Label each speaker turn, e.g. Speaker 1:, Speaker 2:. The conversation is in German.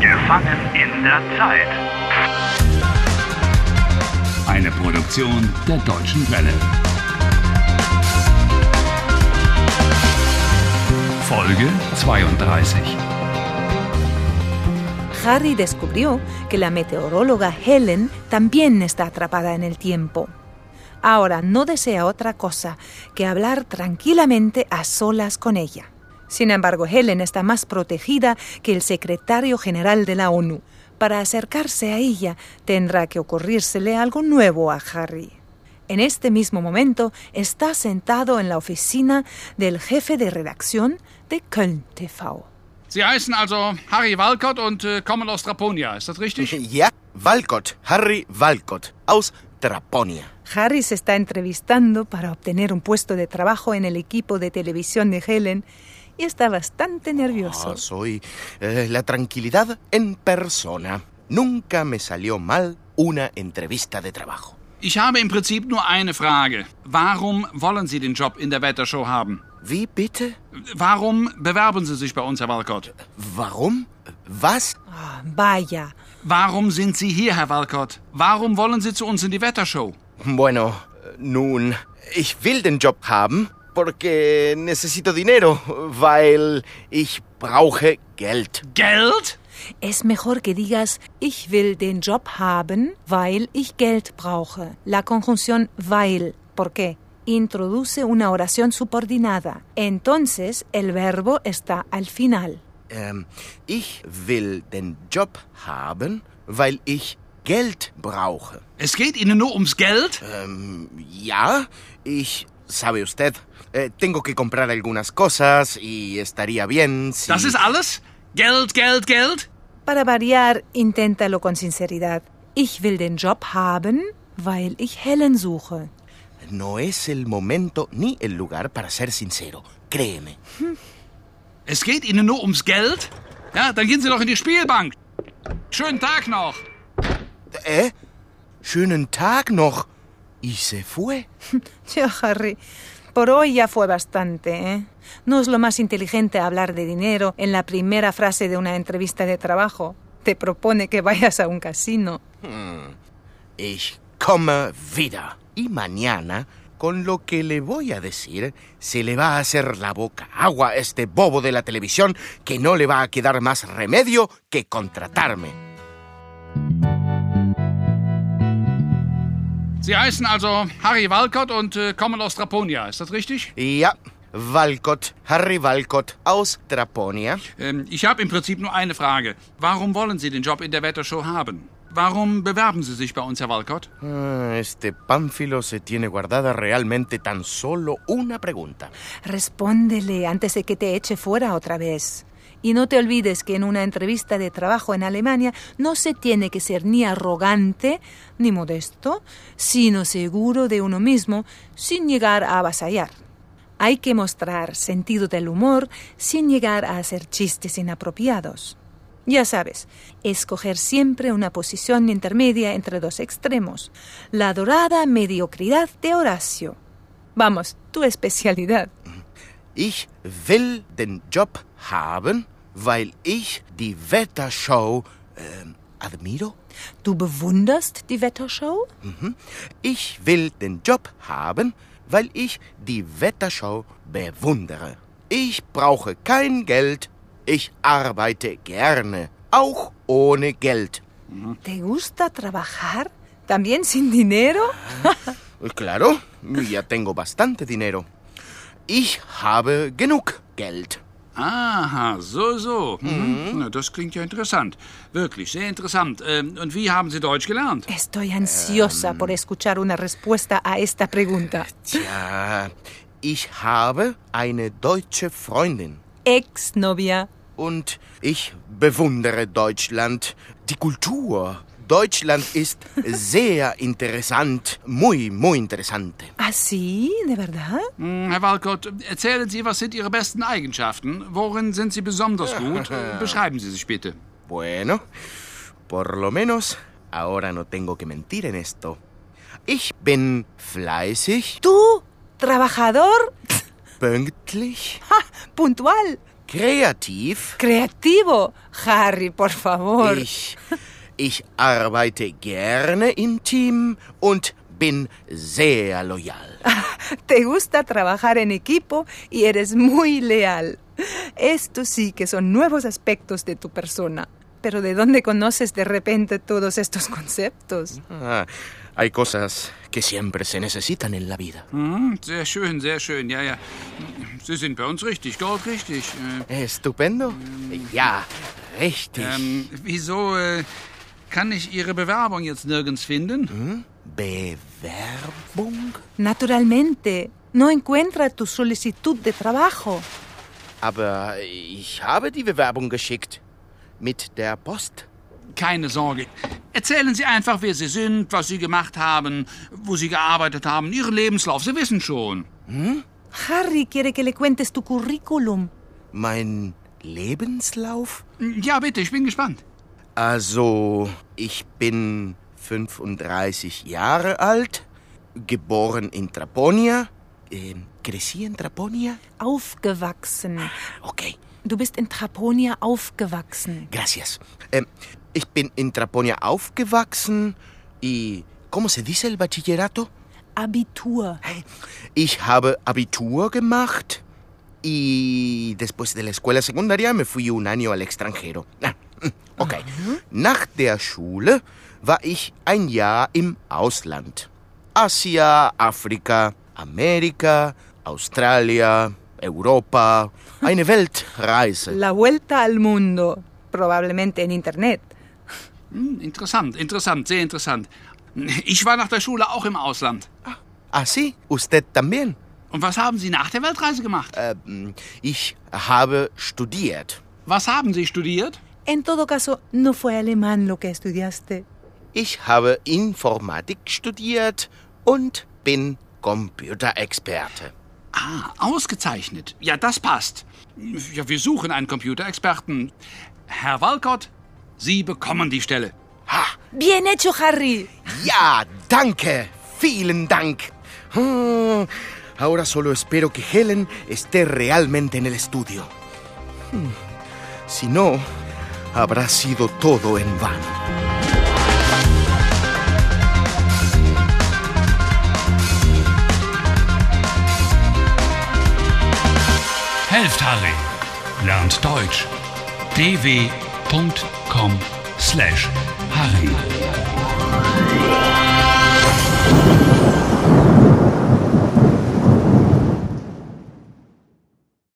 Speaker 1: Gefangen in der Zeit.
Speaker 2: Eine Produktion der Deutschen Welle. Folge 32.
Speaker 3: Harry descubrió que la meteoróloga Helen también está atrapada en el tiempo. Ahora no desea otra cosa que hablar tranquilamente a solas con ella. Sin embargo, Helen está más protegida que el secretario general de la ONU. Para acercarse a ella tendrá que ocurrírsele algo nuevo a Harry. En este mismo momento está sentado en la oficina del jefe de redacción de Köln TV.
Speaker 4: Sie heißen also Harry Walcott und äh, kommen aus Draponia, ist das richtig?
Speaker 5: Ja, Walcott, Harry Walcott, aus Traponia.
Speaker 3: Harry se está entrevistando para obtener un puesto de trabajo en el equipo de televisión de Helen y está bastante nervioso.
Speaker 5: Ah, soy eh, la tranquilidad en persona. Nunca me salió mal una entrevista de trabajo.
Speaker 4: Ich habe im Prinzip nur eine Frage. Warum wollen Sie den Job in der Wettershow haben?
Speaker 5: Wie bitte?
Speaker 4: Warum bewerben Sie sich bei uns, Herr Walcott?
Speaker 5: Warum? Was?
Speaker 3: Ah, vaya,
Speaker 4: Warum sind Sie hier, Herr Walcott? Warum wollen Sie zu uns in die Wettershow?
Speaker 5: Bueno, nun, ich will den Job haben, porque necesito dinero, weil ich brauche Geld.
Speaker 4: Geld?
Speaker 3: es mejor que digas ich will den Job haben, weil ich Geld brauche. La conjunción weil, ¿por qué? Introduce una oración subordinada. Entonces el verbo está al final.
Speaker 5: Ähm, ich will den Job haben, weil ich Geld brauche.
Speaker 4: Es geht Ihnen nur ums Geld?
Speaker 5: Ähm, ja, ich, sabe usted, eh, tengo que comprar algunas cosas y estaría bien si...
Speaker 4: Das ist alles? Geld, Geld, Geld?
Speaker 3: Para variar, inténtalo con sinceridad. Ich will den Job haben, weil ich Helen suche.
Speaker 5: No es el momento ni el lugar para ser sincero, créeme.
Speaker 4: Es geht Ihnen nur ums Geld? Ja, dann gehen Sie doch in die Spielbank. Schönen Tag noch.
Speaker 5: ¿Eh? Schönen Tag noch. Y se fue.
Speaker 3: Ya, Harry, por hoy ya fue bastante, ¿eh? No es lo más inteligente hablar de dinero en la primera frase de una entrevista de trabajo. Te propone que vayas a un casino.
Speaker 5: Ich komme wieder. Y mañana, con lo que le voy a decir, se le va a hacer la boca agua a este bobo de la televisión que no le va a quedar más remedio que contratarme.
Speaker 4: Sie heißen also Harry Walcott und äh, kommen aus Draponia, ist das richtig?
Speaker 5: Ja, Walcott, Harry Walcott aus Traponia.
Speaker 4: Ähm, ich habe im Prinzip nur eine Frage. Warum wollen Sie den Job in der Wettershow haben? Warum bewerben Sie sich bei uns, Herr Walcott?
Speaker 5: Ah, Este pánfilo se tiene guardada realmente tan solo una pregunta.
Speaker 3: Respóndele antes de que te eche fuera otra vez. Y no te olvides que en una entrevista de trabajo en Alemania no se tiene que ser ni arrogante ni modesto, sino seguro de uno mismo sin llegar a avasallar. Hay que mostrar sentido del humor sin llegar a hacer chistes inapropiados. Ya sabes, escoger siempre una posición intermedia entre dos extremos, la dorada mediocridad de Horacio. Vamos, tu especialidad.
Speaker 5: Ich will den Job haben, weil ich die Wettershow ähm, admiro.
Speaker 3: Du bewunderst die Wettershow?
Speaker 5: Ich will den Job haben, weil ich die Wetterschau bewundere. Ich brauche kein Geld. Ich arbeite gerne, auch ohne Geld.
Speaker 3: ¿Te gusta trabajar? ¿También sin dinero?
Speaker 5: Claro, ya tengo bastante dinero. Ich habe genug Geld.
Speaker 4: Aha, so, so. Mhm. Na, das klingt ja interessant. Wirklich, sehr interessant. Ähm, und wie haben Sie Deutsch gelernt?
Speaker 3: Estoy ansiosa por escuchar una respuesta a esta pregunta.
Speaker 5: Tja, ich habe eine deutsche Freundin
Speaker 3: Exnovia.
Speaker 5: und ich bewundere Deutschland, die Kultur. Deutschland ist sehr interessant, muy, muy interesante.
Speaker 3: ¿Así? ¿Ah, ¿De verdad?
Speaker 4: Hm, Herr Walcott, erzählen Sie, was sind Ihre besten Eigenschaften? Worin sind Sie besonders gut? Äh, Beschreiben Sie sich bitte.
Speaker 5: Bueno, por lo menos ahora no tengo que mentir en esto. Ich bin fleißig,
Speaker 3: ¿Tú? ¿Trabajador?
Speaker 5: pünktlich,
Speaker 3: ¡Ja! ¡Puntual!
Speaker 5: kreativ.
Speaker 3: Creativo. Harry, por favor.
Speaker 5: Ich, ich arbeite gerne im Team und bin sehr loyal.
Speaker 3: Te gusta trabajar en equipo y eres muy leal. Estos sí que son nuevos aspectos de tu persona. Pero ¿de dónde conoces de repente todos estos conceptos?
Speaker 5: Ah, hay cosas que siempre se necesitan en la vida.
Speaker 4: Hm, sehr schön, sehr schön. Ja, ja. Sie sind bei uns richtig, dort richtig. Äh,
Speaker 5: Estupendo. Ja, richtig.
Speaker 4: Ähm, wieso äh, kann ich Ihre Bewerbung jetzt nirgends finden?
Speaker 5: Bewerbung?
Speaker 3: Naturalmente, no encuentra tu solicitud de trabajo.
Speaker 5: Aber ich habe die Bewerbung geschickt. Mit der Post.
Speaker 4: Keine Sorge. Erzählen Sie einfach, wer Sie sind, was Sie gemacht haben, wo Sie gearbeitet haben, Ihren Lebenslauf. Sie wissen schon.
Speaker 3: Harry quiere que le cuentes tu currículum.
Speaker 5: Mein Lebenslauf?
Speaker 4: Ja, bitte, ich bin gespannt.
Speaker 5: Also, ich bin 35 Jahre alt, geboren in Traponia. Ähm, crecí en Traponia?
Speaker 3: Aufgewachsen.
Speaker 5: Okay,
Speaker 3: Du bist in Traponia aufgewachsen.
Speaker 5: gracias. Ähm, ich bin in Traponia aufgewachsen. Y, ¿Cómo se dice el bachillerato?
Speaker 3: Abitur.
Speaker 5: Ich habe Abitur gemacht. Y después de la escuela secundaria me fui un año al extranjero. Ah, Okay. Nach der Schule war ich ein Jahr im Ausland. Asia, África, América, Australia, Europa. Eine Weltreise.
Speaker 3: La vuelta al mundo. Probablemente en Internet.
Speaker 4: Hm, interessant, interessant, sehr interessant. Ich war nach der Schule auch im Ausland.
Speaker 5: Ah, sí, usted también.
Speaker 4: Und was haben Sie nach der Weltreise gemacht?
Speaker 5: Ähm, ich habe studiert.
Speaker 4: Was haben Sie studiert?
Speaker 3: En todo caso, no fue alemán lo que estudiaste.
Speaker 5: Ich habe Informatik studiert und bin Computerexperte.
Speaker 4: Ah, ausgezeichnet. Ja, das passt. Ja, wir suchen einen Computerexperten. Herr Walcott, Sie bekommen die Stelle.
Speaker 3: Bien hecho, Harry.
Speaker 5: Ja, danke. Vielen Dank. Hm, Ahora solo espero que Helen esté realmente en el estudio. Hm, Si no, habrá sido todo en vano.
Speaker 2: Helft Harry. Lernt Deutsch. dw.com/harry.